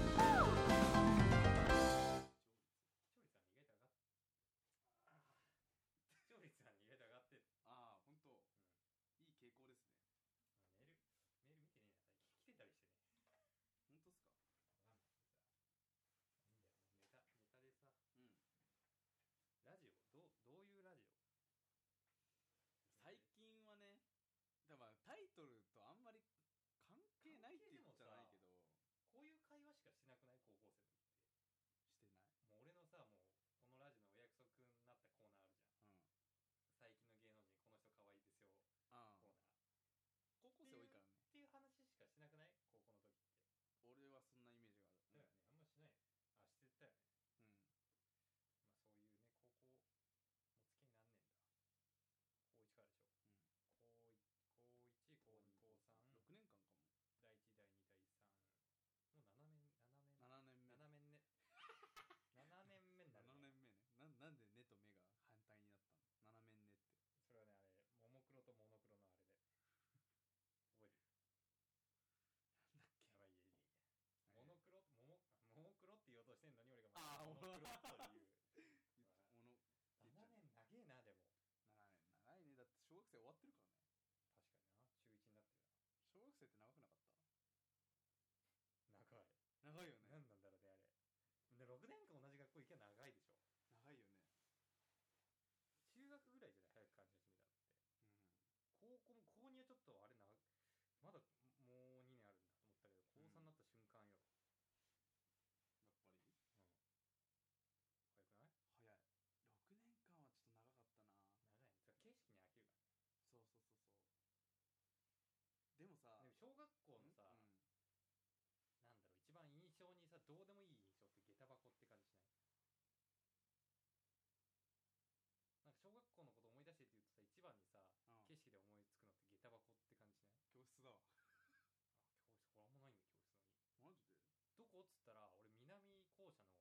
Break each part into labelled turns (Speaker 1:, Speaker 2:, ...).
Speaker 1: トルとあんまり関係ないって言っちゃないけど
Speaker 2: こういう会話しかしなくない高校生の時って
Speaker 1: してな
Speaker 2: もう俺の
Speaker 1: い
Speaker 2: さもうこのラジオのお約束になったコーナーあるじゃん最
Speaker 1: うん
Speaker 2: 近の芸能人この人可愛いですよコーナーっ
Speaker 1: ああ高校生多いからね
Speaker 2: ていう話しかしなくない高校の時って
Speaker 1: 俺はそんなイメージが
Speaker 2: だ
Speaker 1: ある
Speaker 2: よねあんましないあしてたよね
Speaker 1: うん、うん
Speaker 2: まあそういうね高校もう付き合い何年だ高1からでしょ
Speaker 1: うん
Speaker 2: 高一高1高2高3
Speaker 1: 6年間かも
Speaker 2: 第1第2第3もう7年7年7年ね7年目になる、ね、
Speaker 1: 7年目7年目ねなんなんで目と目が反対になったの7面ねって
Speaker 2: それはねあれももクロとモノクロのあれで覚えて
Speaker 1: なんだっけ
Speaker 2: るやばいいやいい
Speaker 1: えー
Speaker 2: モノクロモモあモモクロって言おうとしてんのに俺が
Speaker 1: あ
Speaker 2: モ
Speaker 1: ー
Speaker 2: ノクロという
Speaker 1: 言っ
Speaker 2: う
Speaker 1: もの 言っちゃ
Speaker 2: 7
Speaker 1: う
Speaker 2: 年長えなでも
Speaker 1: 7年長いねだって小学生終わってるから
Speaker 2: 確かにな
Speaker 1: ね
Speaker 2: 中1になってる
Speaker 1: 小学生って長く
Speaker 2: な長い何なんだろうねあれで6
Speaker 1: なかった長いよね
Speaker 2: 年間同じ学校行けば長いでしょ中学ぐらいじゃない早く感じ始めたのって高校も高2はちょっとあれなまだもう2年あるんだと思ったけど高3になった瞬間よ、うん早くない長い
Speaker 1: 長いよねうんやっぱり早い6年間はちょっと長かったな
Speaker 2: ねてか景色に飽きるか
Speaker 1: そうそうそうそうでもさ
Speaker 2: らねでも小学校のさ、
Speaker 1: うん
Speaker 2: なんだろう一番印象にさどうでもいい印象って下駄箱って感じしないなんか小学校のこと思い出してって言うとさ一番にさ、
Speaker 1: うん
Speaker 2: 景色で思いつくのって下駄箱って感じしない
Speaker 1: 教
Speaker 2: あ教室
Speaker 1: 室だわ
Speaker 2: これあんまないんだ教室のにどこ
Speaker 1: マジで
Speaker 2: っつったら俺南校舎の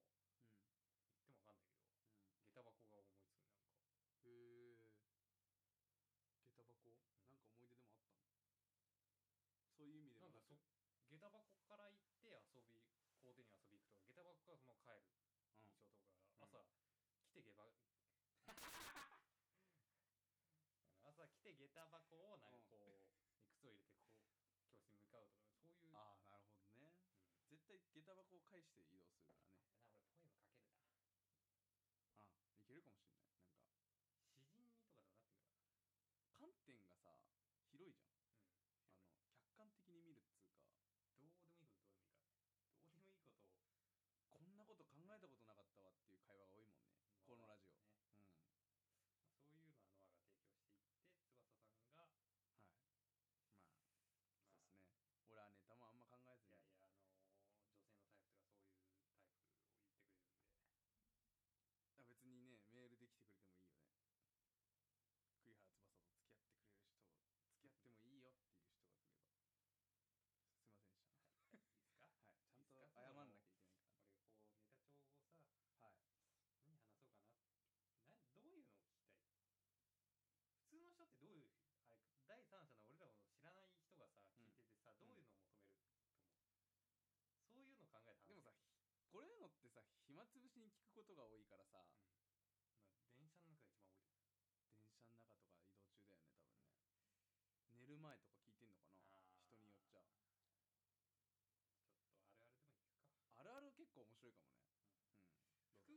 Speaker 2: 言
Speaker 1: うん、
Speaker 2: っても分かんないけど
Speaker 1: うん、
Speaker 2: 下駄箱が思いつくなんか
Speaker 1: へえ下駄箱、
Speaker 2: うん
Speaker 1: なんか思い出でもあったのそういう意味
Speaker 2: な
Speaker 1: でも
Speaker 2: んか
Speaker 1: く
Speaker 2: そ下駄箱から行って遊び校庭に遊び行くとか下駄箱からもう帰る
Speaker 1: うん
Speaker 2: 印象とか、
Speaker 1: うん
Speaker 2: 朝来て下駄朝来て下駄箱 をなんかこう、いくつを入れてこう教室に向かうとかそういう、うん、だ
Speaker 1: ああなるほどね絶対下駄箱を返して移動するからね
Speaker 2: な俺ポエム書けるな
Speaker 1: あいけるか
Speaker 2: 詩人にと
Speaker 1: もしれないなんか
Speaker 2: かでもなってんのか
Speaker 1: 観点がさ広いじゃん
Speaker 2: なうん
Speaker 1: あの客観的に見るっつう
Speaker 2: ど
Speaker 1: か
Speaker 2: うでもいいことどうでもいいからねどうでもいいことを
Speaker 1: こんなこと考えたことなかったわっていう会話が多いもんねこのラジオ、
Speaker 2: ね
Speaker 1: うん
Speaker 2: まあそういうのはノアが提供していって翼さんが、
Speaker 1: はいまあ、
Speaker 2: まあ
Speaker 1: そうですね俺はネタもあんま考えず
Speaker 2: い
Speaker 1: に
Speaker 2: やいやあのー女性のタイプとかそういうタイプを言ってくれるんで
Speaker 1: あ別にねメールできてくれてもいいよね栗原翼と付き合ってくれる人付き合ってもいいよっていう人が来ればす
Speaker 2: いいです
Speaker 1: いませんでし
Speaker 2: か
Speaker 1: たはいちゃんと
Speaker 2: いいっすか
Speaker 1: 謝んなきゃいけないか
Speaker 2: 俺がこうネタ帳をさ
Speaker 1: らはい
Speaker 2: 何話そうかな何どういうのを聞きたい普通の人ってどういうあれ第三者の俺らの知らない人がさ
Speaker 1: うん
Speaker 2: 聞いててさ、どういうのを求めると思う、そういうのを考えて話す
Speaker 1: でもさ、ひこれのってさ暇つぶしに聞くことが多いからさ、
Speaker 2: うんまあ、電車の中が一番多いと
Speaker 1: 電車の中とか移動中だよね多分ね、寝る前とか聞いてんのか
Speaker 2: 思う
Speaker 1: な
Speaker 2: あーち
Speaker 1: 人によっちゃ
Speaker 2: ょっとあるあるでもいくか
Speaker 1: あるある結構面白いかもねうん、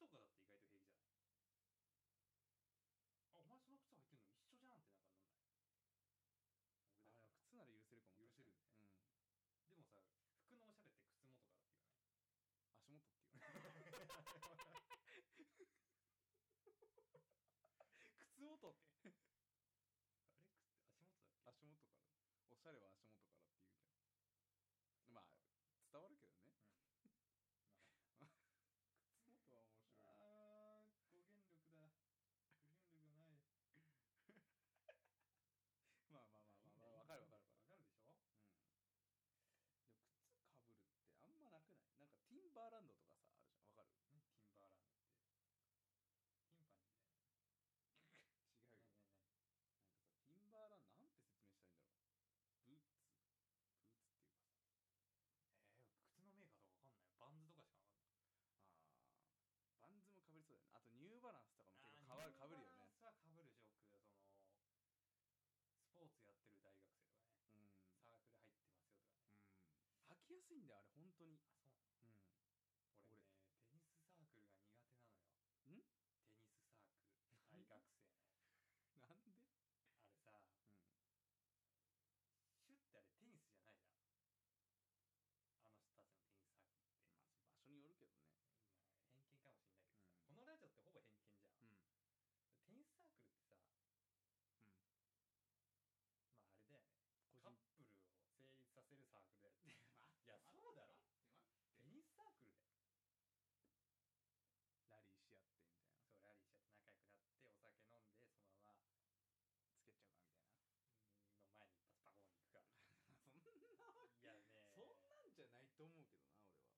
Speaker 1: どう
Speaker 2: 服が
Speaker 1: ぞ
Speaker 2: かぶるとショックじゃん、
Speaker 1: ショック友達とかでしょ
Speaker 2: うん
Speaker 1: うん
Speaker 2: 一緒にご飯食べに行って
Speaker 1: うん
Speaker 2: 「えお前もその服?」ってなるとさショックだけどさ、靴とかだって意外と平気じ
Speaker 1: あ
Speaker 2: ゃないあお前その靴履いてるの一緒じゃんってなんかなんない俺だから許せるよねでもさ服のおしゃれって
Speaker 1: あれは靴なら許せるかも確かにうん
Speaker 2: 靴もとかだって言わない
Speaker 1: 足元っていうか靴元って
Speaker 2: あれ靴って足元だっけ
Speaker 1: 足元からおしゃれは足元からっていうじゃんまあ伝わるけどね
Speaker 2: なんか
Speaker 1: 靴元は面白いな
Speaker 2: あー語源力だ語源力がない
Speaker 1: まあまあまあ
Speaker 2: い
Speaker 1: まあまあ
Speaker 2: いんだよ
Speaker 1: わかるわかるわか
Speaker 2: わかる
Speaker 1: る
Speaker 2: でしょ
Speaker 1: うんでも靴かぶるってあんまなくないなんかティンバーランドとかさあるじゃんわかる
Speaker 2: ねティンバーランドってティンパニーだよね
Speaker 1: 違うよ
Speaker 2: 何何何
Speaker 1: なんかさティンバーランドなんて説明したらいいんだろうブーツブーツって
Speaker 2: えー、靴のメーカーとかわかんない
Speaker 1: いうかさ
Speaker 2: バンズとかしかわかんない
Speaker 1: あー バンズもかぶりそうだよねあとニューバランスとかも結構かわるかぶるよね
Speaker 2: さかぶるショックそのスポーツやってる大学生とかね
Speaker 1: うん
Speaker 2: サークル入ってますよとかね
Speaker 1: うん履きやすいんだよあれ本当に
Speaker 2: あそうなの俺
Speaker 1: うん
Speaker 2: ね
Speaker 1: 俺と思うけどな俺は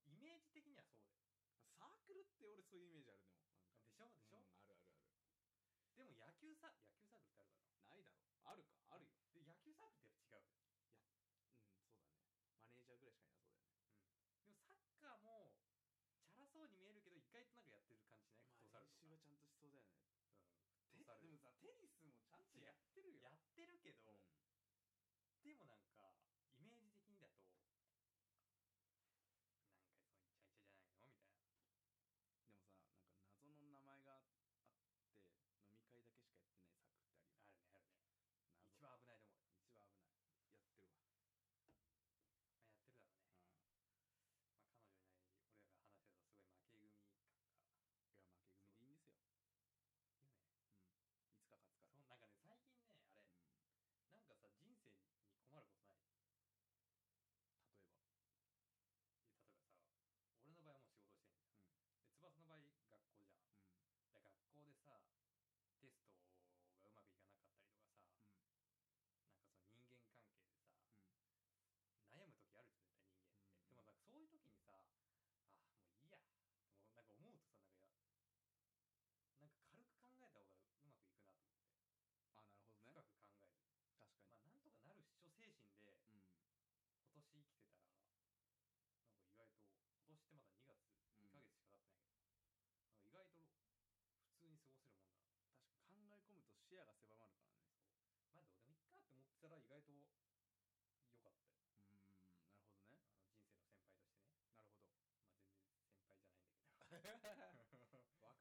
Speaker 2: イメージ的にはそうだよ
Speaker 1: サークルって俺そういうイメージあるでもなんか
Speaker 2: でしょでしょ、
Speaker 1: うんあるあるある
Speaker 2: でも野球さ野球サークルってあるか
Speaker 1: ないだろあるかあるよ
Speaker 2: なで野球サークルってやっぱ違う
Speaker 1: うんそうだねマネージャーぐらいし
Speaker 2: で
Speaker 1: かいなそうだよね
Speaker 2: もサッカーもチャラそうに見えるけど意外となんかやってる感じしない
Speaker 1: まあ
Speaker 2: フットサルとかうんフットサル
Speaker 1: 練習はちゃんとしそうだよねテでもさテニスもちゃんとやってるよ
Speaker 2: やってるけど、
Speaker 1: うん
Speaker 2: でもなんかイメージ的にだとなんかそのイチャイチャじゃないのみたいな
Speaker 1: でもさなんか謎の名前があって飲み会だけしかやってないサークルってあるよね
Speaker 2: あるねあるね
Speaker 1: 謎
Speaker 2: 一番危ないと思うよ、
Speaker 1: 一番危ないやってるわ
Speaker 2: まあ、やってるだろうね、まあ、彼女いない俺らが話してたとすごい負け組感がいいよねそうなんかね最近ねあれ、
Speaker 1: いや負け組でいいんですよいつか勝つからうん
Speaker 2: なんかさ人生に困ることない
Speaker 1: 例えば
Speaker 2: 例えばさ俺の場合はもう仕事してんじゃん、で翼の場合学校じゃんで学校でさテ
Speaker 1: うん
Speaker 2: ストがうまくいかなかったりとかさ、
Speaker 1: うん
Speaker 2: なんかその人間関係でさ、
Speaker 1: うん
Speaker 2: 悩む時あるじゃん絶対人間って、
Speaker 1: うん
Speaker 2: でもなんかそういう時にさあもういいやもうなんか思うとさなんかやなんか軽く考えた方がうまくいくなと思って
Speaker 1: あなるほどね
Speaker 2: 深く考える、まあ
Speaker 1: 確かに
Speaker 2: なんとかなるっしょ精神で今
Speaker 1: うん
Speaker 2: 年生きてたらなんか意外と今年ってまだ2月2ヶ
Speaker 1: うん
Speaker 2: 月しか経ってないけど、なんか意外と普通に過ごせるもんだな
Speaker 1: 確かに考え込むと視野が狭
Speaker 2: ま
Speaker 1: まるからね
Speaker 2: あどうでもいいかって思ってたら意外と良かったよあの人生の先輩としてねまあ全然先輩じゃないんだけど
Speaker 1: うんなるほどねなるほど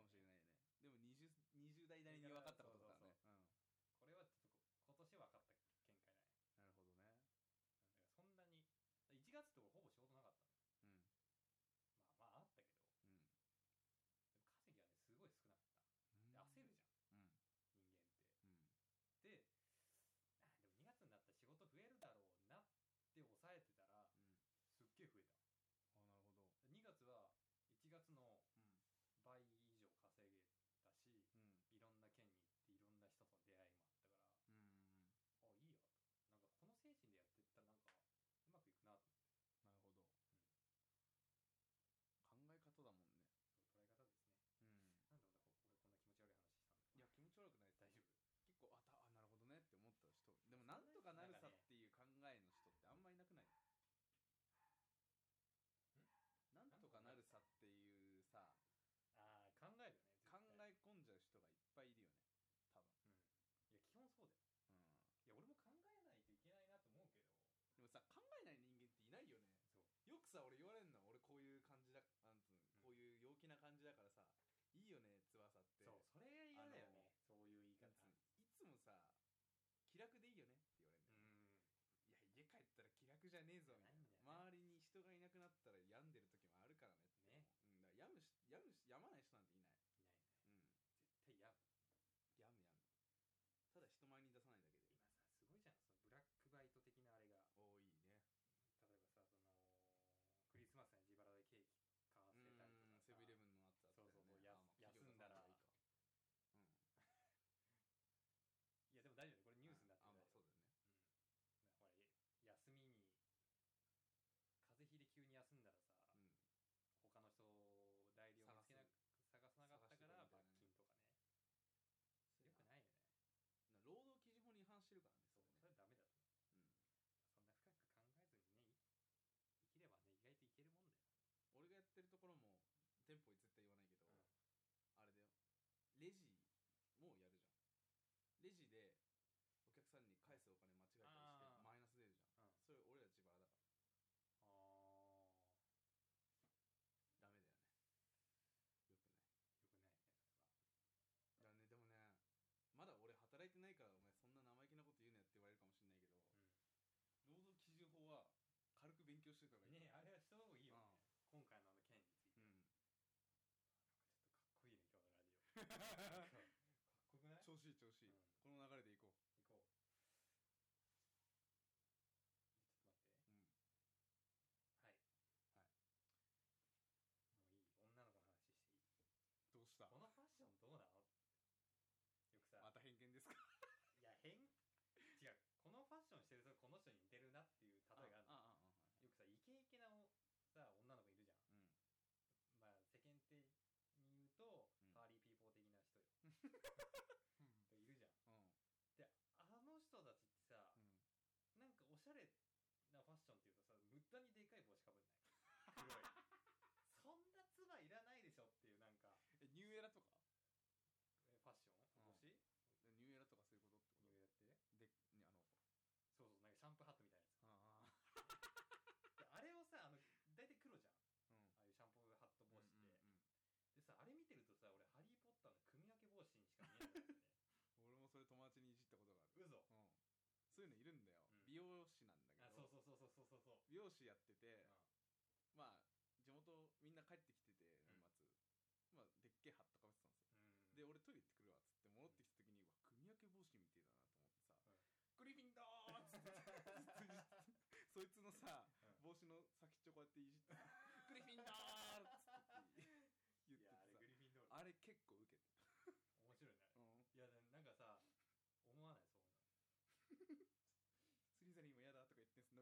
Speaker 1: 若造がって思ってる
Speaker 2: ね
Speaker 1: 顔人もいる
Speaker 2: 多
Speaker 1: かもしれない
Speaker 2: 分ねこういう話ね聞いてるねその社会をすごい知ってる人が聞いたらすごいうざいと思うよ
Speaker 1: 年配の方聞いたらいや違うぞっていうのもあるかもしれないよねでも 20, 20代なりに分かったことだからねうん
Speaker 2: これはちょっとこ今年分かった見解だね
Speaker 1: なるほどね
Speaker 2: だからそんなに1月とかほぼ仕事なかったのよま
Speaker 1: うん
Speaker 2: あまああったけど
Speaker 1: うん
Speaker 2: でも稼ぎはねすごい少なかった
Speaker 1: う
Speaker 2: で
Speaker 1: ん
Speaker 2: 焦るじゃん
Speaker 1: うん
Speaker 2: 人間ってであでも2月
Speaker 1: うん
Speaker 2: になったら仕事増えるだろうなって抑えてたら
Speaker 1: うん
Speaker 2: すっげえ増えた
Speaker 1: あなるほど
Speaker 2: 2月は1月の
Speaker 1: うん
Speaker 2: 倍以上稼げたし
Speaker 1: う
Speaker 2: い
Speaker 1: ん
Speaker 2: ろんな県に行っていろんな人との出会いもあったから
Speaker 1: うん
Speaker 2: あいいやなんかこの精神でやってったらなんかうまくいくなと
Speaker 1: なるほど、考え方だもんね
Speaker 2: そう捉え方ですねなん
Speaker 1: うん
Speaker 2: で俺こ俺こんな気持ち悪い話したんだろう
Speaker 1: いや気持ち悪くな
Speaker 2: 大丈夫
Speaker 1: い結構あたあなるほどねって思った人でもなんとかなるさっていう考えの人ってあんまいなくないなんとかなるさっていうさ
Speaker 2: ああ考えるよね
Speaker 1: 考
Speaker 2: え
Speaker 1: え込んじゃう人がいっぱいいるよね多分、
Speaker 2: いや基本そうだよ
Speaker 1: うん、
Speaker 2: いや俺も考えないといけないなと思うけど
Speaker 1: でもさ考えない人間っていないよね
Speaker 2: そう
Speaker 1: よくさ俺言われんの俺こういう感じだなんつうのこういう陽気な感じだからさいいよね翼って
Speaker 2: そうそれ嫌だよねそういう言い
Speaker 1: な
Speaker 2: 方
Speaker 1: んつうのいつもさ気楽でいいよねって言われるんだ
Speaker 2: う
Speaker 1: よ、
Speaker 2: ん
Speaker 1: いや家帰ったら気楽じゃねえぞみたい
Speaker 2: じゃ
Speaker 1: な
Speaker 2: ないんだよね
Speaker 1: 周りに人がいなくなったら病んでる時もあるからねって
Speaker 2: ね
Speaker 1: 思う、うん、だから病むし病むし病まない人なんて
Speaker 2: いないいない絶対や今さすごいじゃんそのブラック
Speaker 1: いない、うん、病む病むただ人前に出さないだけで
Speaker 2: バイト的なあれが
Speaker 1: 多いね
Speaker 2: 例えばさそのクリスマスに自腹でケーキ買わ
Speaker 1: う
Speaker 2: せたりと
Speaker 1: ん
Speaker 2: か
Speaker 1: セ
Speaker 2: さ
Speaker 1: ブンイレブンのあったあった
Speaker 2: そうそうそう
Speaker 1: ね
Speaker 2: や
Speaker 1: あまあ企業
Speaker 2: 休んだら
Speaker 1: 出さなきゃいいかうん
Speaker 2: いやでも大丈夫これニュースになって
Speaker 1: あ
Speaker 2: る
Speaker 1: あ
Speaker 2: 大丈夫うんだからほら休みに風邪ひいて急に休
Speaker 1: まあそうだよね
Speaker 2: んだらさ、
Speaker 1: うん
Speaker 2: 他の人を代理を見つけな探さなかったから
Speaker 1: 探
Speaker 2: 罰
Speaker 1: してくれみた
Speaker 2: 金とかね
Speaker 1: いなね
Speaker 2: よくないよねそうそれはダメだと思うそんな深く考えずにねい生きればね意外といけるもんだよ、あーうんああよくないねそれは、
Speaker 1: い労働基準法に違反してるからねそれねうん俺がやってるところも店舗に絶対言わないけど、あれだよレジもやるじゃんレジでお客さんに返すお金間違えたりしてマイナス出るじゃん、それ俺ら自腹だからダメだよねよくないいやねでもねまだ俺働いてないからお前そんな生意気なこと言うなよって言われるかもしれないけど労働基準法は軽く勉強してた方が
Speaker 2: ねえ
Speaker 1: いい
Speaker 2: あれはした方がいいよ、ね
Speaker 1: う
Speaker 2: 今回のあの件について、なんかちょっとかっこいい
Speaker 1: ん、うん、
Speaker 2: ね今日のラジオなんかかっこよくない
Speaker 1: 調子いい 調子いい、
Speaker 2: うん
Speaker 1: この流れでいこ
Speaker 2: 行こうちょっと待ってはいも
Speaker 1: う、うん、はい
Speaker 2: ういい女の子の話していい しゃれなファッションっていうとさ無駄にでかい帽子かぶんない黒いそんなつばいらないでしょっていうなんか
Speaker 1: えニューエラとか
Speaker 2: えファッション帽子、
Speaker 1: ニューエラとかそういうことって
Speaker 2: ニューエラって
Speaker 1: ことで、ね、
Speaker 2: そうそうな
Speaker 1: あの
Speaker 2: んかシャンプーハットみたいなやつ
Speaker 1: あ
Speaker 2: で
Speaker 1: あ
Speaker 2: あれをさあの大体黒じゃん
Speaker 1: う
Speaker 2: あ
Speaker 1: ん
Speaker 2: あいうシャンプーハット帽子って、
Speaker 1: うんうん
Speaker 2: でさあれ見てるとさ俺ハリー・ポッターの組み分け帽子にしか見えないんだよね
Speaker 1: うん俺もそれ友達にいじったことがある、
Speaker 2: 嘘
Speaker 1: うん、そういうのいるんだよ、
Speaker 2: うん
Speaker 1: 美容師なんだけど
Speaker 2: あそうそうそうそうそうそうそう
Speaker 1: 美容師やってて、
Speaker 2: うん
Speaker 1: まあ地元みんな帰ってきてて年末、まあでっけえハットかぶってたんですよ
Speaker 2: うん
Speaker 1: で、俺トイレ行ってくるわっつって戻ってきた時に、うわ組み分け帽子みてえだなと思ってさ、
Speaker 2: うん
Speaker 1: グリフィン ドーンっつってずっといじってそいつのさ、
Speaker 2: うん
Speaker 1: 帽子の先っちょこうやっていじって さグリフィン
Speaker 2: い
Speaker 1: ドーンっつって言っ
Speaker 2: や
Speaker 1: て
Speaker 2: あれグ
Speaker 1: て
Speaker 2: リフィンドール
Speaker 1: さあれ結構ウケてた、
Speaker 2: 面白いね
Speaker 1: うん、
Speaker 2: いやななんかさ思わないそう
Speaker 1: スリザリンは嫌だとか言ってんす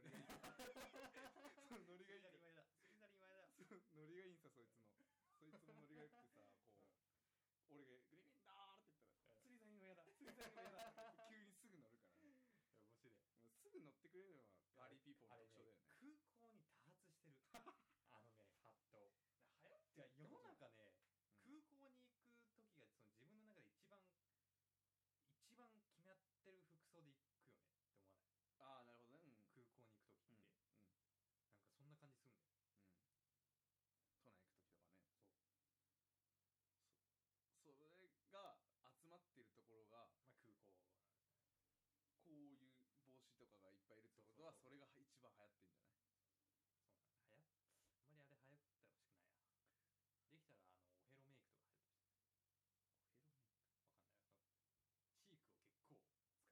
Speaker 1: ノリがいい そ
Speaker 2: それ
Speaker 1: うノリがいい
Speaker 2: が
Speaker 1: か
Speaker 2: 今だそれ
Speaker 1: ら
Speaker 2: なり前だ
Speaker 1: そう ノリがいいんさそいつのそいつのノリがよくてさこう、俺が「グリフィンドーン!」
Speaker 2: うん
Speaker 1: って言ったら「釣りザインは嫌だ釣りザインは嫌だ」って急にすぐ乗るか
Speaker 2: いや面白い
Speaker 1: らね もうすぐ乗ってくれるのは
Speaker 2: や
Speaker 1: アリーピーポー
Speaker 2: あ
Speaker 1: の
Speaker 2: れ
Speaker 1: 特徴だよ
Speaker 2: ね
Speaker 1: ね
Speaker 2: 空港に多発してるあのね ハット流行って世の中ね、
Speaker 1: うん
Speaker 2: 空港に行く時がその自分の中で一番一番決まってる服装で行くよねって思わない
Speaker 1: ああなるほどねうん
Speaker 2: 空港に行く時って、
Speaker 1: うんうん
Speaker 2: なんかそんな感じするんだよ
Speaker 1: うん都内行く時とかねそうそれが集まってるところが
Speaker 2: まあ空港
Speaker 1: こういう帽子とかがいっぱいいるってことは
Speaker 2: そうそうそう
Speaker 1: それが一番流行ってんじゃない
Speaker 2: そうなんだ流行っあんまりあれ流行ってほしくないなできたら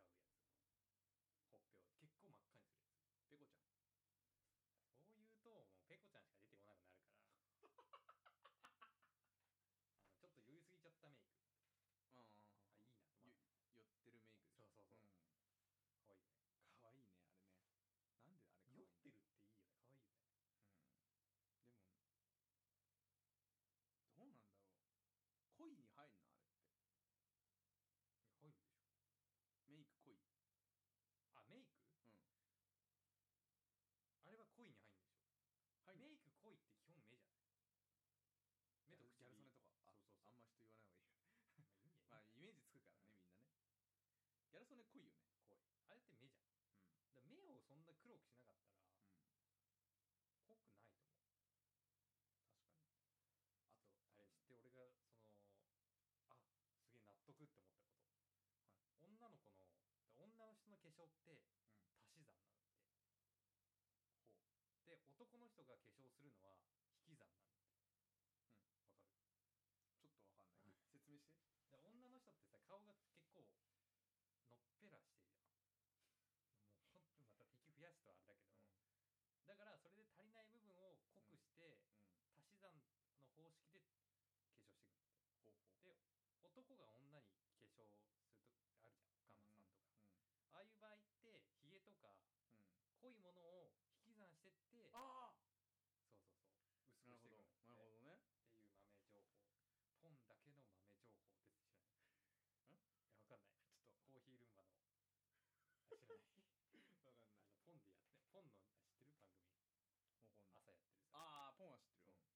Speaker 2: あのおヘロメイクとか流行ってほしいわかんないそのチークを結構使うやつほっぺを結構真っ赤にするやつ
Speaker 1: ペコちゃん
Speaker 2: そういうともうペコちゃんしか出てこなくなるから あのちょっと酔いすぎちゃったメイク
Speaker 1: うん
Speaker 2: あ
Speaker 1: うん
Speaker 2: いいなと思わない
Speaker 1: 寄
Speaker 2: そうそうそう
Speaker 1: ってるメイクでしょうん
Speaker 2: 可愛いよね
Speaker 1: かわいいねあれねなんで
Speaker 2: 酔ってるっていいよね可愛いよね入るでしょあメイクあれ
Speaker 1: あれかわいいんだうん、でもどうなんだろう恋に入んなあれってメイク恋うん
Speaker 2: は恋に入るんでしょ
Speaker 1: 入ん
Speaker 2: メイク恋って基本目じゃない目と
Speaker 1: ギャル
Speaker 2: 唇
Speaker 1: ギャル曽根とか
Speaker 2: そ
Speaker 1: あ
Speaker 2: うそうそう
Speaker 1: あんま人言わない方がいいよ
Speaker 2: ま
Speaker 1: ま
Speaker 2: あ
Speaker 1: あ
Speaker 2: いいんじゃない
Speaker 1: イメージつくからね、
Speaker 2: うん
Speaker 1: みんな
Speaker 2: 恋あれって目じゃんだから目を
Speaker 1: ねギャル曽根濃いよねうん、
Speaker 2: そんな黒くしなかったら
Speaker 1: うん、
Speaker 2: 濃くないと思う
Speaker 1: 確かにあ
Speaker 2: あれ知
Speaker 1: と
Speaker 2: って俺がそのあすげえ納得って思ったこと、
Speaker 1: はい
Speaker 2: 女の子の女の人の化粧って足
Speaker 1: うん
Speaker 2: し算なんだって、
Speaker 1: ほ
Speaker 2: で男の人が化粧するのは引き算なんだって
Speaker 1: うん
Speaker 2: わかる
Speaker 1: ちょっとわかんないけど説明して
Speaker 2: で女の人ってさ顔が結構のっぺらしてるじゃんもうほんとまた敵増やすとあれだけど、だからそれで足りない部分を濃くして、
Speaker 1: うん
Speaker 2: 足し算の方式で化粧していくんだって
Speaker 1: ほうほう
Speaker 2: で男が女に化粧するとあるじゃん我慢さんとか、
Speaker 1: うん
Speaker 2: ああいう場合ってヒゲとか
Speaker 1: うん
Speaker 2: 濃いものを引き算してって
Speaker 1: あ
Speaker 2: そうそうそう薄
Speaker 1: な
Speaker 2: く
Speaker 1: る
Speaker 2: し
Speaker 1: ほ
Speaker 2: ていくん
Speaker 1: ど
Speaker 2: だ
Speaker 1: なる
Speaker 2: って
Speaker 1: ほどね
Speaker 2: っていう豆情報ポンだけの豆情報って知らない
Speaker 1: ん
Speaker 2: いやわかんない
Speaker 1: ちょっと
Speaker 2: コーヒールンバのあ知らない
Speaker 1: わ
Speaker 2: あのポンでやってポンの知ってる番組
Speaker 1: かんわかんない
Speaker 2: 朝やってるさ
Speaker 1: ああポンは知ってるよ
Speaker 2: ポ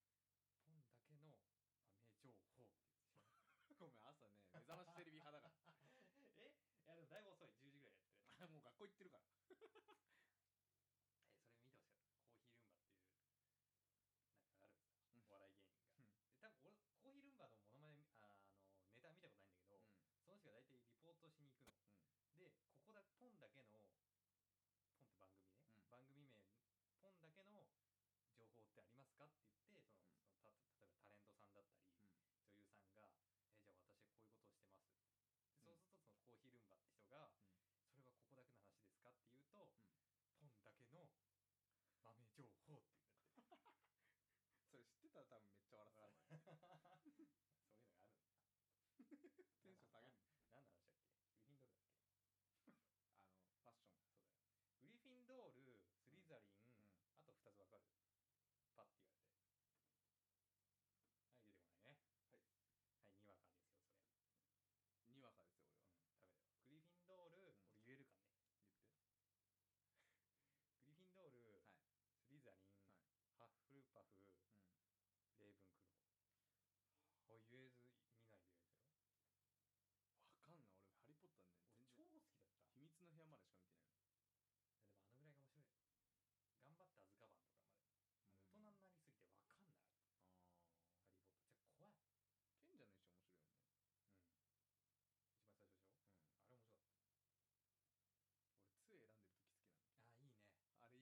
Speaker 2: ンだけの豆情報って知らない
Speaker 1: ごめん朝ね目覚ましテレビ派だから
Speaker 2: えいやでもだいぶ遅い10時ぐらいやってる
Speaker 1: あもう学校行ってるから
Speaker 2: えそれ見てほしかったコーヒールンバっていうなんかあるんです
Speaker 1: うん
Speaker 2: よお笑い芸人が、
Speaker 1: うん
Speaker 2: で多分俺コーヒールンバのモノマネああのネタ見たことないんだけど、その人が大体リポートしに行くの、
Speaker 1: うん
Speaker 2: でここだポンだけのポンって番組ね、
Speaker 1: う
Speaker 2: 番
Speaker 1: ん
Speaker 2: 組名ポンだけの情報ってありますかって言ってその、
Speaker 1: うん
Speaker 2: そのた例えばタレントさんだったり、
Speaker 1: うん
Speaker 2: 女優さんが「えじゃあ私はこういうことをしてます」でそうするとそのコーヒ
Speaker 1: うん
Speaker 2: ールンバって人が、
Speaker 1: うん
Speaker 2: それはここだけの話ですか?」って言うと、
Speaker 1: うん
Speaker 2: ポンだけの豆情報って言うんだって
Speaker 1: それ知ってたら多分めっちゃ笑ってたもん
Speaker 2: そういうのがあるんだ
Speaker 1: テンション下 げるの
Speaker 2: 何の話だっけグリフィンドールだっけ
Speaker 1: あのファッション
Speaker 2: そうだよグリフィンドール スリザリン、あと2つ分
Speaker 1: ん
Speaker 2: かるパッて言われてはい出てこないね
Speaker 1: は
Speaker 2: はい
Speaker 1: い
Speaker 2: にわかですよそれ、
Speaker 1: にわかですよ
Speaker 2: うん、ダメだ
Speaker 1: 俺は
Speaker 2: よグリフィンドール、
Speaker 1: う
Speaker 2: 俺言え
Speaker 1: ん
Speaker 2: るかね
Speaker 1: 言って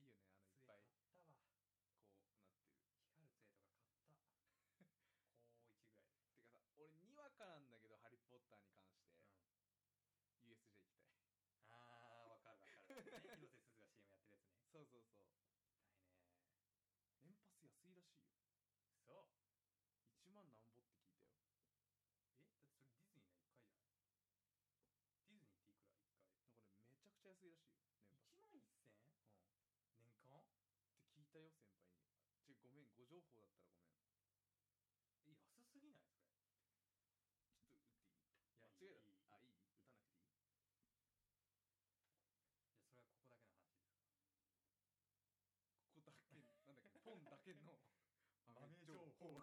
Speaker 1: いらしいよ
Speaker 2: そう
Speaker 1: 1万なんぼって聞いた
Speaker 2: えだ
Speaker 1: よ
Speaker 2: ってそれディズニーの1回じゃないディズニーっていくら1回
Speaker 1: なんかねめちゃくちゃ安いらしいよ年パス、
Speaker 2: 1万1000円年間
Speaker 1: うん、って聞いたよ先輩にちょご
Speaker 2: え安すぎないそれいやいいいいいやそれはここだけの話です
Speaker 1: めんご情報だったらごめんちょっと打っていい間違えたあいい打たなくていいここだけなんだっけポンだけ
Speaker 2: 豆情報
Speaker 1: の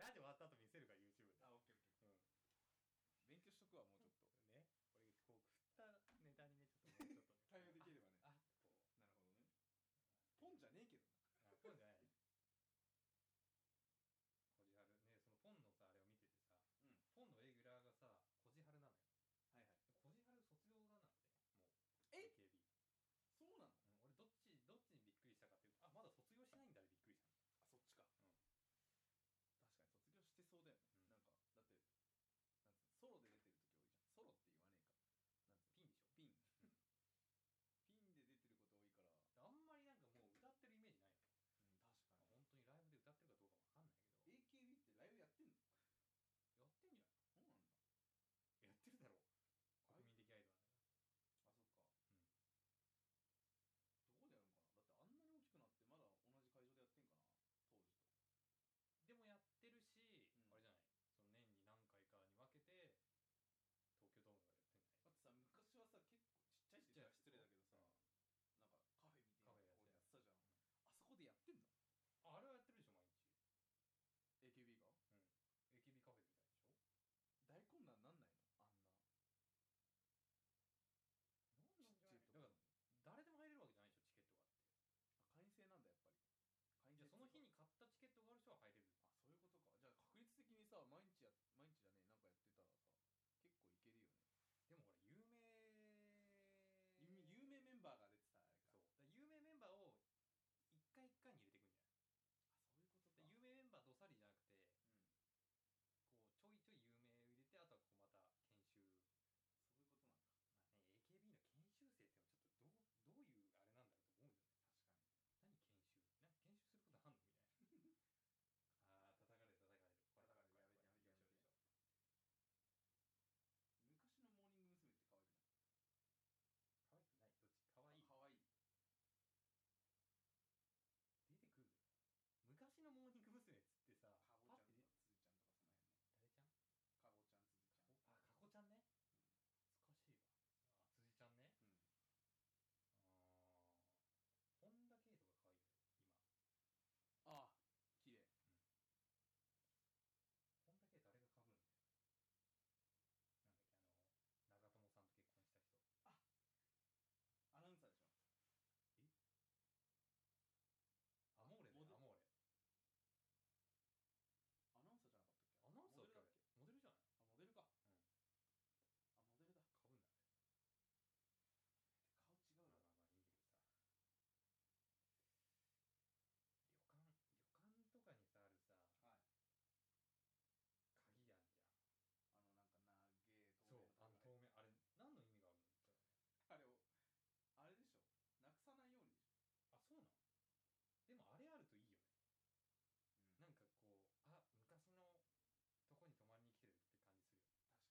Speaker 2: それここれ
Speaker 1: それ
Speaker 2: ラジオ終わった後見せるから YouTube で
Speaker 1: あオッケーオッケー、うん、勉強しとくわもうちょっと、
Speaker 2: ね俺こう振ったネタにねちょっともうちょっと、ね
Speaker 1: 対応できればね
Speaker 2: ああってこう
Speaker 1: なるほどねポンじゃねえけどな
Speaker 2: あポンじゃないねこじはるねそのポンのさあれを見ててさ、ポンのレギュラーがさ
Speaker 1: うん
Speaker 2: こじはるなのよ
Speaker 1: はいはい
Speaker 2: こじはる卒業がなんだよねもう
Speaker 1: え
Speaker 2: AKB
Speaker 1: そうなの
Speaker 2: うん俺どっちどっちにびっくりしたかっていうとあまだ卒業しないんだでびっくりしたの
Speaker 1: あそっちか、
Speaker 2: うん
Speaker 1: 確かに卒業してそうだよね、
Speaker 2: うん
Speaker 1: なんかだってなんつうのソロで出てる時多いじゃんソロって言わねえかなんつう
Speaker 2: ピンでしょ
Speaker 1: のピンピンで出てる
Speaker 2: あ んまりなんかもう歌ってるイ
Speaker 1: こと多いから、うん、
Speaker 2: メージないの
Speaker 1: 確
Speaker 2: まあ
Speaker 1: かに
Speaker 2: 本当にライブで歌ってるかどうかわかんないけど
Speaker 1: AKB ってライ
Speaker 2: やってんじゃないやってるだろう国民的アイドルうんでもやってるし、あれじゃないその年に何回かに分けて東京ドームとかでや
Speaker 1: ブやってんのそうなんだあそっかどこでやるのかなだってあんなに大きくなってまだ同じ会場でやってんかな当時とうん
Speaker 2: ってんじゃない
Speaker 1: だってさ昔はさ結構ちっちゃいって言ったら失礼だけど
Speaker 2: うん
Speaker 1: さなんかカフェみたいな
Speaker 2: カフェや
Speaker 1: と
Speaker 2: っ
Speaker 1: こ
Speaker 2: て
Speaker 1: でやってたじゃ
Speaker 2: ああれはやってるでしょ毎日 AKB カフェみたいでしょなんなんじゃな
Speaker 1: んあそこでやってんだ AKB が大混乱なんないのあんなちっちゃ
Speaker 2: いだから誰でも入れる
Speaker 1: いとこあ
Speaker 2: わけじゃないでしょチケットがあって
Speaker 1: 会員制なんだ
Speaker 2: じゃあその日に買っ
Speaker 1: やっぱり会員制に
Speaker 2: たチケットがある人は入れる
Speaker 1: あそういうことかじゃあ確率的にさ毎日や毎日じゃ
Speaker 2: でもほら有名
Speaker 1: ねえなんかやってたらさ結構いけるよね有名有名メンバーが出てたあれか
Speaker 2: そうだから有名メンバーを一回一回に入れていくんじゃ
Speaker 1: あそういうことか
Speaker 2: ないで有名メンバーどっさりじゃなくて
Speaker 1: うん
Speaker 2: こうちょいちょい有名を入れてあとはこうまた研修
Speaker 1: そういうこと
Speaker 2: まあ
Speaker 1: なんだ
Speaker 2: ね AKB の研修生ってのはちょっとどうどういうあれなんだろうと思うよね何研修なんか研修する ことあんのみ
Speaker 1: 確かに
Speaker 2: たいなあー叩かれる叩かれる怖い怖い怖い怖いやめて可愛くないどっち可愛い
Speaker 1: 叩かれるやめてやめてやめて昔のモーニング娘。って可愛くない可愛い
Speaker 2: 出てくる昔のモーニング娘。っつってさパ
Speaker 1: かご
Speaker 2: ッ
Speaker 1: ちゃん
Speaker 2: て
Speaker 1: とかつずちゃんとかその辺の
Speaker 2: 誰ちゃん
Speaker 1: かごちゃんすずちゃ
Speaker 2: おあかこち
Speaker 1: ん
Speaker 2: ゃんね懐かしいわあ辻ちゃんねあー本田圭とか可愛い
Speaker 1: うん
Speaker 2: よね今
Speaker 1: ああ
Speaker 2: 本
Speaker 1: 綺麗
Speaker 2: 田圭誰が被るんだよなんだっけあの長友さんと結婚した人
Speaker 1: アナウンサーでしょ
Speaker 2: アモーレだ
Speaker 1: モ
Speaker 2: よ
Speaker 1: デル
Speaker 2: アモーレ
Speaker 1: アナ
Speaker 2: アナウンサ
Speaker 1: ウンサーじゃなかったっけ
Speaker 2: ーだっ
Speaker 1: モデルだっ
Speaker 2: け
Speaker 1: け
Speaker 2: モデルじゃない
Speaker 1: あモデルか
Speaker 2: うん
Speaker 1: あモデルだ
Speaker 2: かぶんない
Speaker 1: 顔違
Speaker 2: ま
Speaker 1: う
Speaker 2: あまあまあい
Speaker 1: よ
Speaker 2: いんだけどさ旅館旅館とかにさあるさ鍵あん
Speaker 1: はい
Speaker 2: じゃん
Speaker 1: あのなんかな
Speaker 2: そうあの透明あれ何の意味があるのだろうね
Speaker 1: げえのあれをあれでしょなくさないようにでし
Speaker 2: あそうなのでもあれあるといいよね
Speaker 1: ょ、う
Speaker 2: なん
Speaker 1: ん、
Speaker 2: かこうあ昔のとこに泊まりに来てるって感じするよ
Speaker 1: 確かに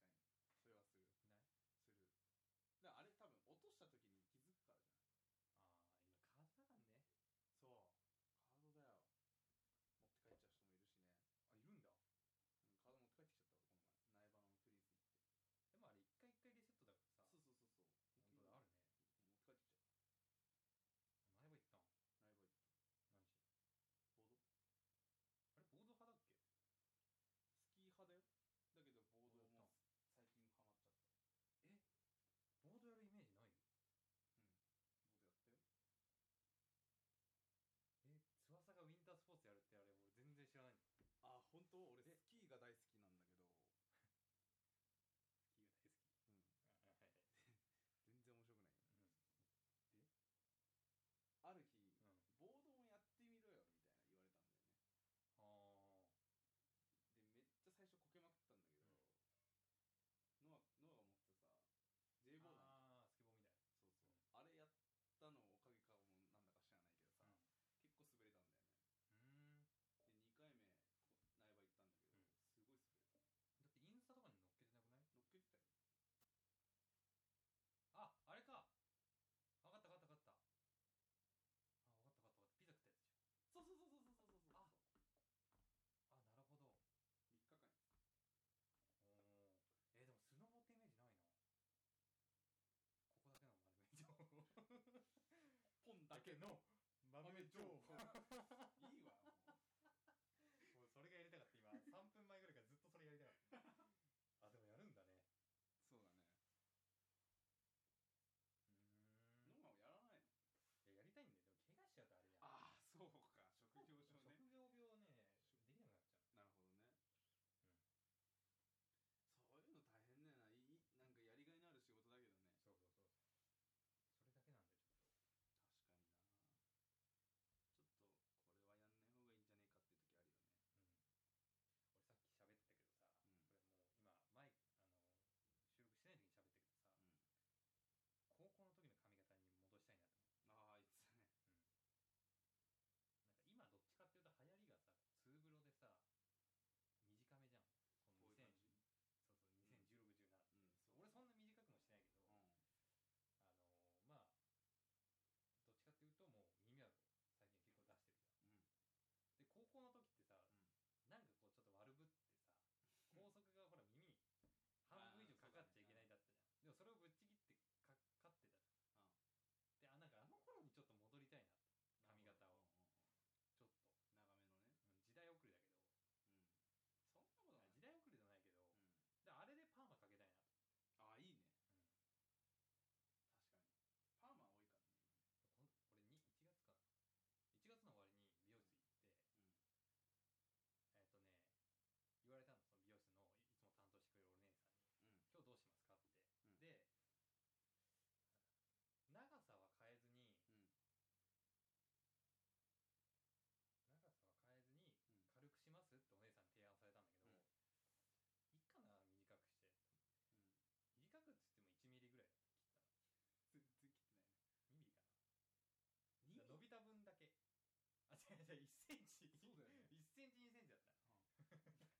Speaker 1: それはす
Speaker 2: ねない
Speaker 1: るするだからあれ多分落とした時に気づくからじ
Speaker 2: ああ今カードだ
Speaker 1: ゃない
Speaker 2: からね
Speaker 1: そうカードだよ持って帰っちゃう人もいるしね、
Speaker 2: あいるんだ
Speaker 1: うん、カード持って帰ってきちゃった俺この前苗場のプリンスに行って
Speaker 2: でもあれ一回一回リセットだからさ
Speaker 1: そうそうそうそう
Speaker 2: 本当だあ
Speaker 1: 本当だ
Speaker 2: るね
Speaker 1: 持っ
Speaker 2: 前は行ったん何し
Speaker 1: て帰ってきちゃった苗場行ったボード
Speaker 2: あれボード派だっけボードやったボードやるイメージないよ
Speaker 1: スキー派だよだけどボードも最近ハマっちゃったボードやったよ
Speaker 2: え翼がウィンタースポーツやるってあれ俺全然知らないんだ
Speaker 1: あ本当俺スキーが大好きなんだけ
Speaker 2: スキ
Speaker 1: ど、
Speaker 2: ーが大好き
Speaker 1: うん、
Speaker 2: はいはいはいうん
Speaker 1: 全然面白くないよある
Speaker 2: う
Speaker 1: 日
Speaker 2: ん
Speaker 1: ボードもやってみろよみたいな言われたんだよね
Speaker 2: あ
Speaker 1: でめっちゃ最初こけまくったんだけ
Speaker 2: う
Speaker 1: ど、
Speaker 2: ん
Speaker 1: ノアノアが持ってたさ
Speaker 2: ー
Speaker 1: J ボードの
Speaker 2: あースケボーみたいな
Speaker 1: そ
Speaker 2: う
Speaker 1: うそう、
Speaker 2: ん
Speaker 1: あれやったのおかげかもなんだか知ら
Speaker 2: だけの豆情報
Speaker 1: いいわもう
Speaker 2: もうそれがやりたかった今3分前ぐらいからずっとそれやりたかった あでもやるんだね
Speaker 1: そうだ
Speaker 2: う
Speaker 1: ね
Speaker 2: ーん
Speaker 1: ノンアをやらないの
Speaker 2: いややりたいんだよでも怪我しちゃうとあれじゃん
Speaker 1: ああそうか職業
Speaker 2: 職
Speaker 1: 症
Speaker 2: 業病
Speaker 1: ね
Speaker 2: ねできなくなっちゃう
Speaker 1: なるほどね、そういうの大変だよないいなんかやりがいのある仕事だけどね
Speaker 2: そうそうそうそうそれだけなんだよちょっと
Speaker 1: 確かになちょっとこれはやんない方がいいんじゃねえかっていう時あるよねう
Speaker 2: 俺さっき喋ってたけどさ、
Speaker 1: うん
Speaker 2: これもう今前あの収録してない時に喋ったけどさ、
Speaker 1: ん
Speaker 2: 高校の時の髪型に戻したいなと思って
Speaker 1: ああい
Speaker 2: なんか今どっちかっていうと流行りがさツーブロでさ短めじゃんこの2000
Speaker 1: つねこういう感じ
Speaker 2: そうそう
Speaker 1: うん
Speaker 2: 2016、17
Speaker 1: うんそう
Speaker 2: 俺そんな短くもしてないけど、
Speaker 1: う
Speaker 2: あ
Speaker 1: ん
Speaker 2: のーまあどっちかっていうともう耳は最近結構出してるじ
Speaker 1: うん
Speaker 2: ゃんで高校の時ってさ、な
Speaker 1: ん
Speaker 2: んかこうちょっと悪ぶってさ高速がほら耳に半分以上かかっちゃいけ ないだったじゃん、でもそれをぶっちぎってかかってたじゃん、
Speaker 1: うん
Speaker 2: であなんかあの頃にちょっと戻りたいなと髪型をちょっとうん時代遅れだけど時代遅れじゃないけど、であれでパーマかけたいなとこん俺に1月かな1月の終わりに美容室行って、えっ、とね言われたのその美容室のいいつも担当してくれるお姉さんに「今日どうしますか?」って、で長さは変
Speaker 1: うんうんうん長めのねうんそんなことないうんああいいね確かにパーマ多いからね今ねうんうんうん
Speaker 2: えずに
Speaker 1: うん
Speaker 2: 長さは変えずに軽くしますってお姉さんに提案されたんだけど、いっかな短くして短
Speaker 1: うんうんうん
Speaker 2: くっつっても1ミリぐらいだった切ったの
Speaker 1: 全然切ってないね
Speaker 2: 2ミリかな
Speaker 1: 二
Speaker 2: 伸びた分だけあ違う違う1センチ
Speaker 1: そうだよね
Speaker 2: 1センチ2センチだった
Speaker 1: 多分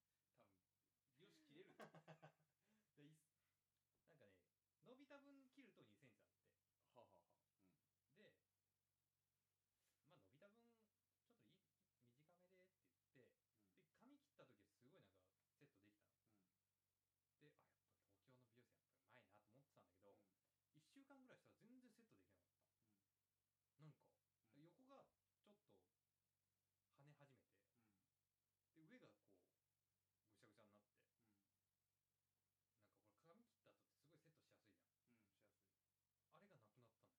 Speaker 1: 美容師切れるは
Speaker 2: でいっなんかね伸びた分切ると2センチだって
Speaker 1: ははうん
Speaker 2: でまあ伸びた分ちょっとい短めでって言って
Speaker 1: うん
Speaker 2: で髪切った時はすごいなんかセットできたの
Speaker 1: うん
Speaker 2: であやっぱ東京の美容師やっぱうまいなと思ってたんだけど、
Speaker 1: うん
Speaker 2: 1週間ぐらいしたら全然セットできなかった、なんか横がちょっと跳ね始め
Speaker 1: うん
Speaker 2: て
Speaker 1: うん
Speaker 2: で上がこうぐしゃぐしゃになってなんかこれ髪切った
Speaker 1: うん
Speaker 2: 後ってす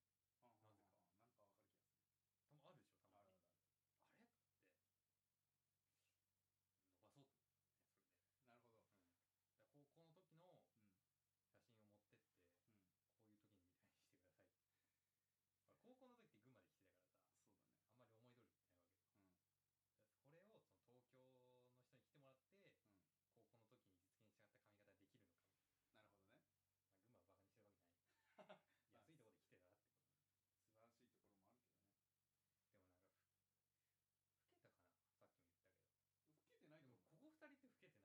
Speaker 2: ごいセットしやすいじゃんあれがなくなったのぜか多分ある
Speaker 1: うんしやすいななんかわかる気がする
Speaker 2: でしょたまにあ
Speaker 1: あるあるあ
Speaker 2: れって伸ばそうと思ってねそれで、
Speaker 1: るなるほど
Speaker 2: だから高校の時の
Speaker 1: うん
Speaker 2: 写真を持ってって
Speaker 1: うん
Speaker 2: こういう時にみたいにしてください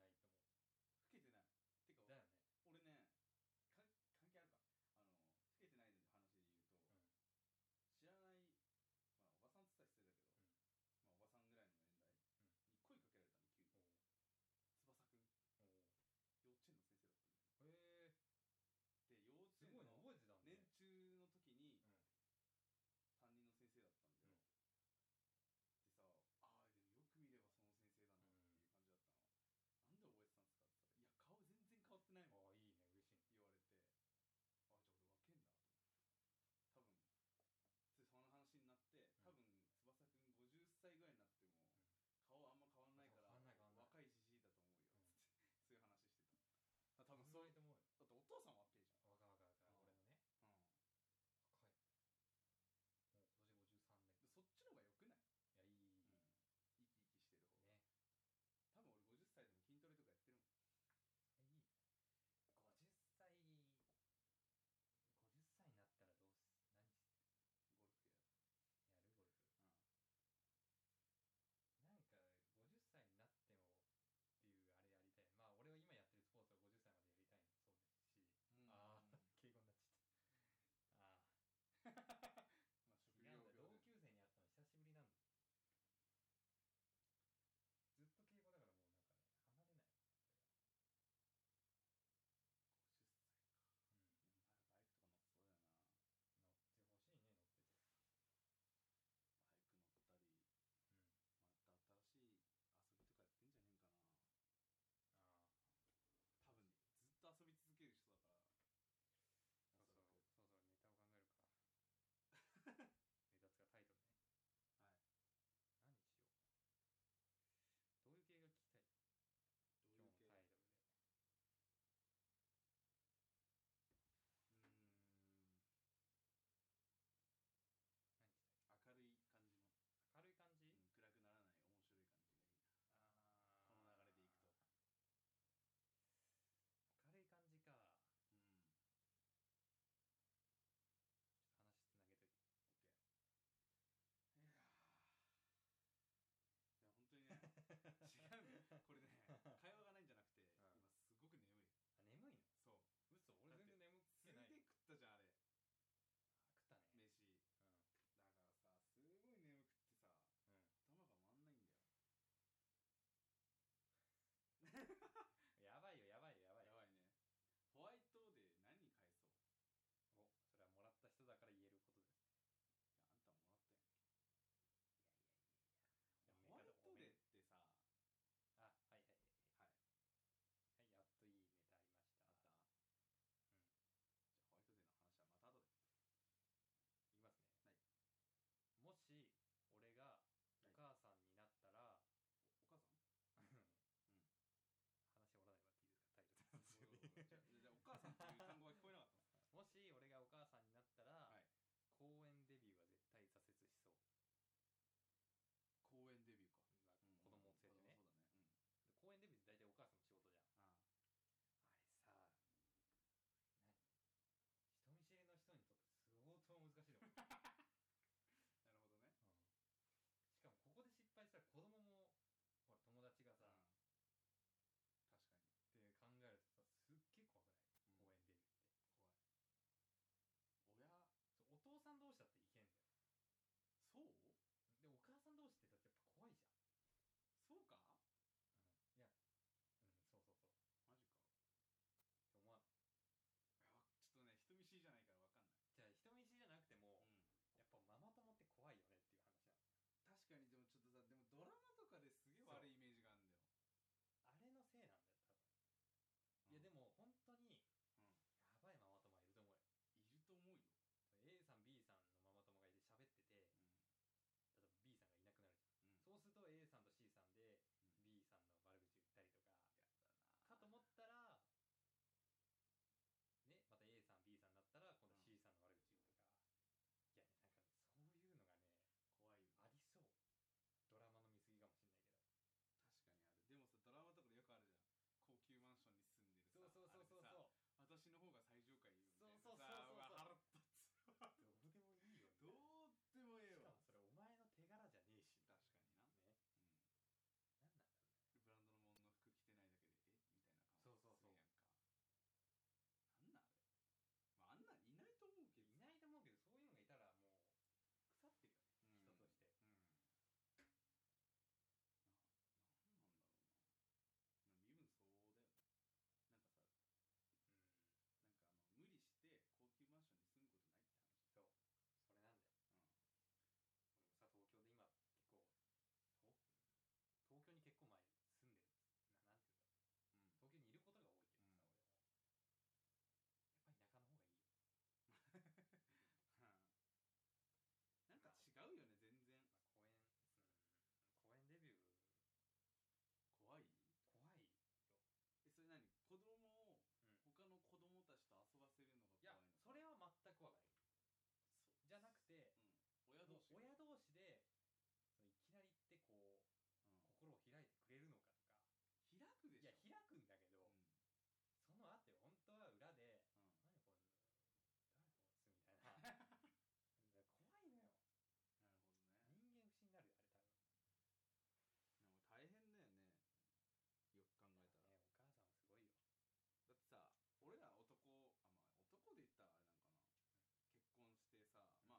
Speaker 2: くんだけど、その後本当は裏で、何これ誰こいつみたいな怖いのよ人間不信になるよあれ多分
Speaker 1: 大変だよねよく考え
Speaker 2: ね
Speaker 1: たら
Speaker 2: お母さんもすごいよ
Speaker 1: だってさ俺ら男あまあ男で言ったらあれなんかな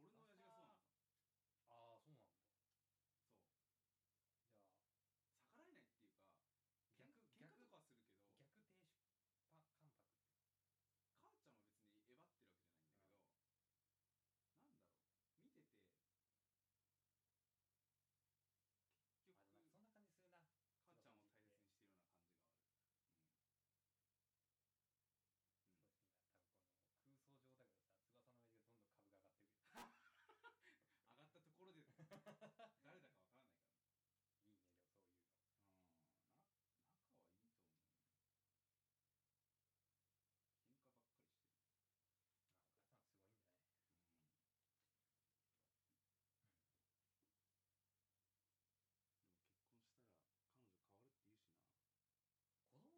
Speaker 1: 結婚してさ、まあ男の人の方が働き出ることが
Speaker 2: ま
Speaker 1: 多いわけじゃん
Speaker 2: あまあね
Speaker 1: でも家にずっとい専業主婦とかさ
Speaker 2: うん
Speaker 1: 働いては別だけど、家にいる人って、まあ、やっぱお母さんじゃんだからさ近所
Speaker 2: 大変だよ
Speaker 1: 付き合いはもう母さんで決まるから母ちゃんの方が大変男なんかもうそこの会社行ってね会社の関係が悪かろうがなんだろうが
Speaker 2: すごいよねあ嫁さんにああそうなんだじゃあ逆逆停止パ関白ってあでもなんかそんな感じするな空想上だけどさ翼の上でどんどん株が上がってくるいいねでも
Speaker 1: ね帰ってくりゃね地元あんねあるからねお母さんの方が大変だと思うよ産む方もだからね逆らえないと思って俺俺の親父がそうなのそう逆らえないっていうか逆喧嘩とかはするけど母ちゃんは別にえばってるわけじゃないんだけど、なんだろう見てて結局母ちゃんを大切にしてるような感じがある上がったところで 誰だかわからないからね
Speaker 2: そういうの
Speaker 1: うんな
Speaker 2: お
Speaker 1: 仲はいいと思う喧嘩ばっかりしてる
Speaker 2: 母さんすごいんじゃない
Speaker 1: でも結婚したら彼女変わるって言うしな
Speaker 2: 子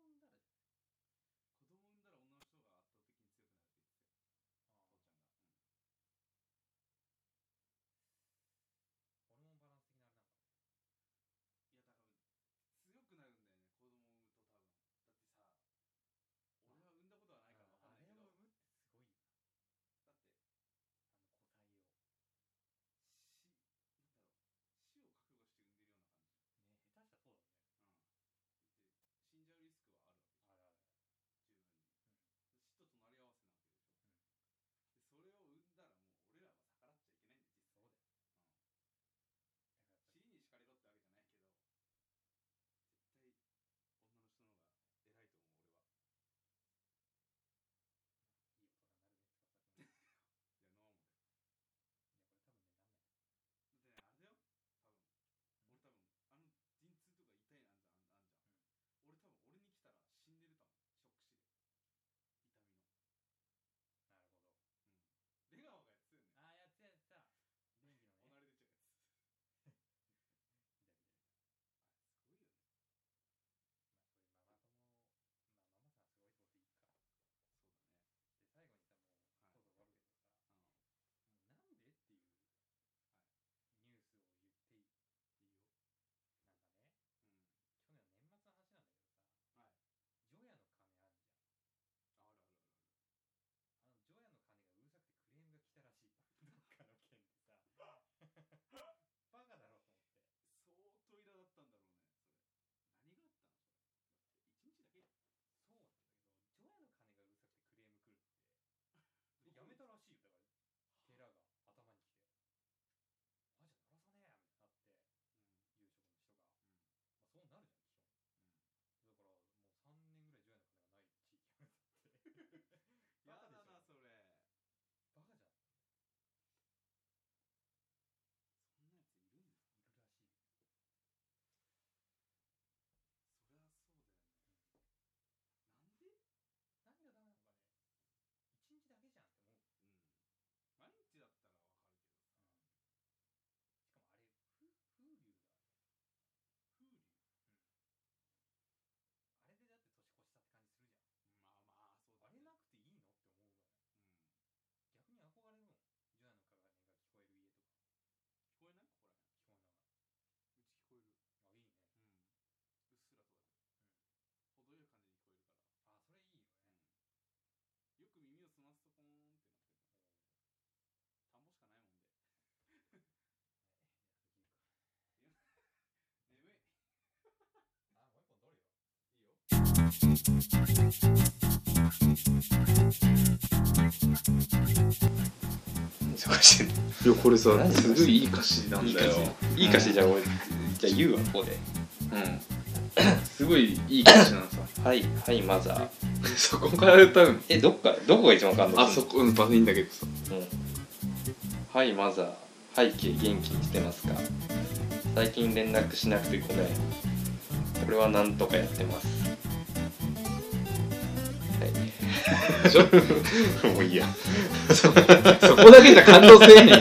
Speaker 2: 供産んだらじゃ
Speaker 1: 子供産んだら女の人が圧倒的に強くなるって言ってたよ
Speaker 2: あ
Speaker 1: 父ちゃんが、うん
Speaker 2: ホルモンバランス的なあれなのかない
Speaker 1: やだから強くなるんだよね子供産むと多分だってさ俺は産んだことはないから分かんないけど
Speaker 2: あれを産むってすごいよな
Speaker 1: だって
Speaker 2: あの個体を
Speaker 1: 死なんだろう死を覚悟して産んでる
Speaker 2: ね下
Speaker 1: ような感じじ
Speaker 2: 手したらそうだね
Speaker 1: ゃん、うん、で死んじゃうリスクはあるわけじ
Speaker 2: あるあるうん
Speaker 1: ゃん十分に、死と隣り合わせなわけでしょ、でそれを産んだらもう俺らは逆らっちゃ
Speaker 2: そうだよだから
Speaker 1: いけないんだよ実際尻に敷かれろってわけじゃないけど絶対女の人の方が偉いと思う俺は
Speaker 2: い
Speaker 1: い
Speaker 2: 大人になるね翼くんいや
Speaker 1: いやノーマル
Speaker 2: これ多分ねなんない
Speaker 1: だってねあれだよ多分、俺多分あの陣痛とか痛いなんじゃんあんあんじゃん、俺多分俺に来
Speaker 2: なるほど
Speaker 1: たら死んでると思うショック死で痛みの出川がやっ
Speaker 2: ああ
Speaker 1: てたよね
Speaker 2: やってたやってた電気のね
Speaker 1: 離れ出ちゃうや
Speaker 2: 見た
Speaker 1: つ
Speaker 2: 見た見た
Speaker 1: あれすごいよ
Speaker 2: まあそういうママ友まあママさんすごいってことでいいかで最後にさもうそろそろ終わるけどさ、もうなんでっていう、
Speaker 1: ねそうだねはいうんはい
Speaker 2: ニュースを言っていい
Speaker 1: いいよ
Speaker 2: なんかね
Speaker 1: うん
Speaker 2: 去年の年末の話なんだけどさ
Speaker 1: はい
Speaker 2: 除夜の鐘あるじゃん
Speaker 1: あるあるある
Speaker 2: あの除夜の鐘がうるさくてクレームが来たらしいどっかの県でさバカだろうと思って
Speaker 1: 相当苛だったんだろうねそ
Speaker 2: そうなんだけど除夜の鐘がうるさくてクレーム来るってでやめたらしいよだから寺が頭に来て「あじゃあ鳴らさねえ」みたいになって有職の人が、まあ、そうなるじゃん基本だからもう3年ぐらい除夜の鐘がない地域あるんだってバカでしょバカじゃん いるらしい何がダメなのかね一日だけじゃんって思う、しかもあれ風風流だねあれでだって年越したって感じするじゃんあれなくていいのって思うぐらい逆に憧れるもん除夜の鐘が聞こえる家とか
Speaker 1: れ何があったのそれ だって一日だけや うんやだなそれ そんなやついるんだそりゃそうだよねなんでうん毎日だったらわかるけどさ風流まあまあそうだねうん聞
Speaker 2: 聞こ
Speaker 1: こえないここらへん
Speaker 2: えな
Speaker 1: うち聞こえる
Speaker 2: いあいいね
Speaker 1: うん
Speaker 2: うんあそ
Speaker 1: うっすらとだけど程よい感じに聞こえるから
Speaker 2: れいいよね、
Speaker 1: よく耳を澄ま
Speaker 2: あもう一本取るよ
Speaker 1: すとポーンってなってるの田んぼしかないもんで眠いいいよ
Speaker 3: 忙しい
Speaker 1: いやこれさ
Speaker 3: 何
Speaker 1: すごいいい歌詞なん
Speaker 3: いい
Speaker 1: だ
Speaker 3: 歌
Speaker 1: よ
Speaker 3: 詞いい歌詞じゃあ俺じゃあ言うわここで
Speaker 1: うん すごいいい歌詞なのさ
Speaker 3: はいはいマザー
Speaker 1: そこから歌うの
Speaker 3: えどっかどこが一番感動
Speaker 1: あ
Speaker 3: す
Speaker 1: そ
Speaker 3: る
Speaker 1: この場でいいんだけどさ
Speaker 3: のうんはいマザー背景元気にしてますか最近連絡しなくてごめんこれはなんとかやってますは い
Speaker 1: でしょ
Speaker 3: もういいや
Speaker 1: そこだけじゃ感動せえへんよ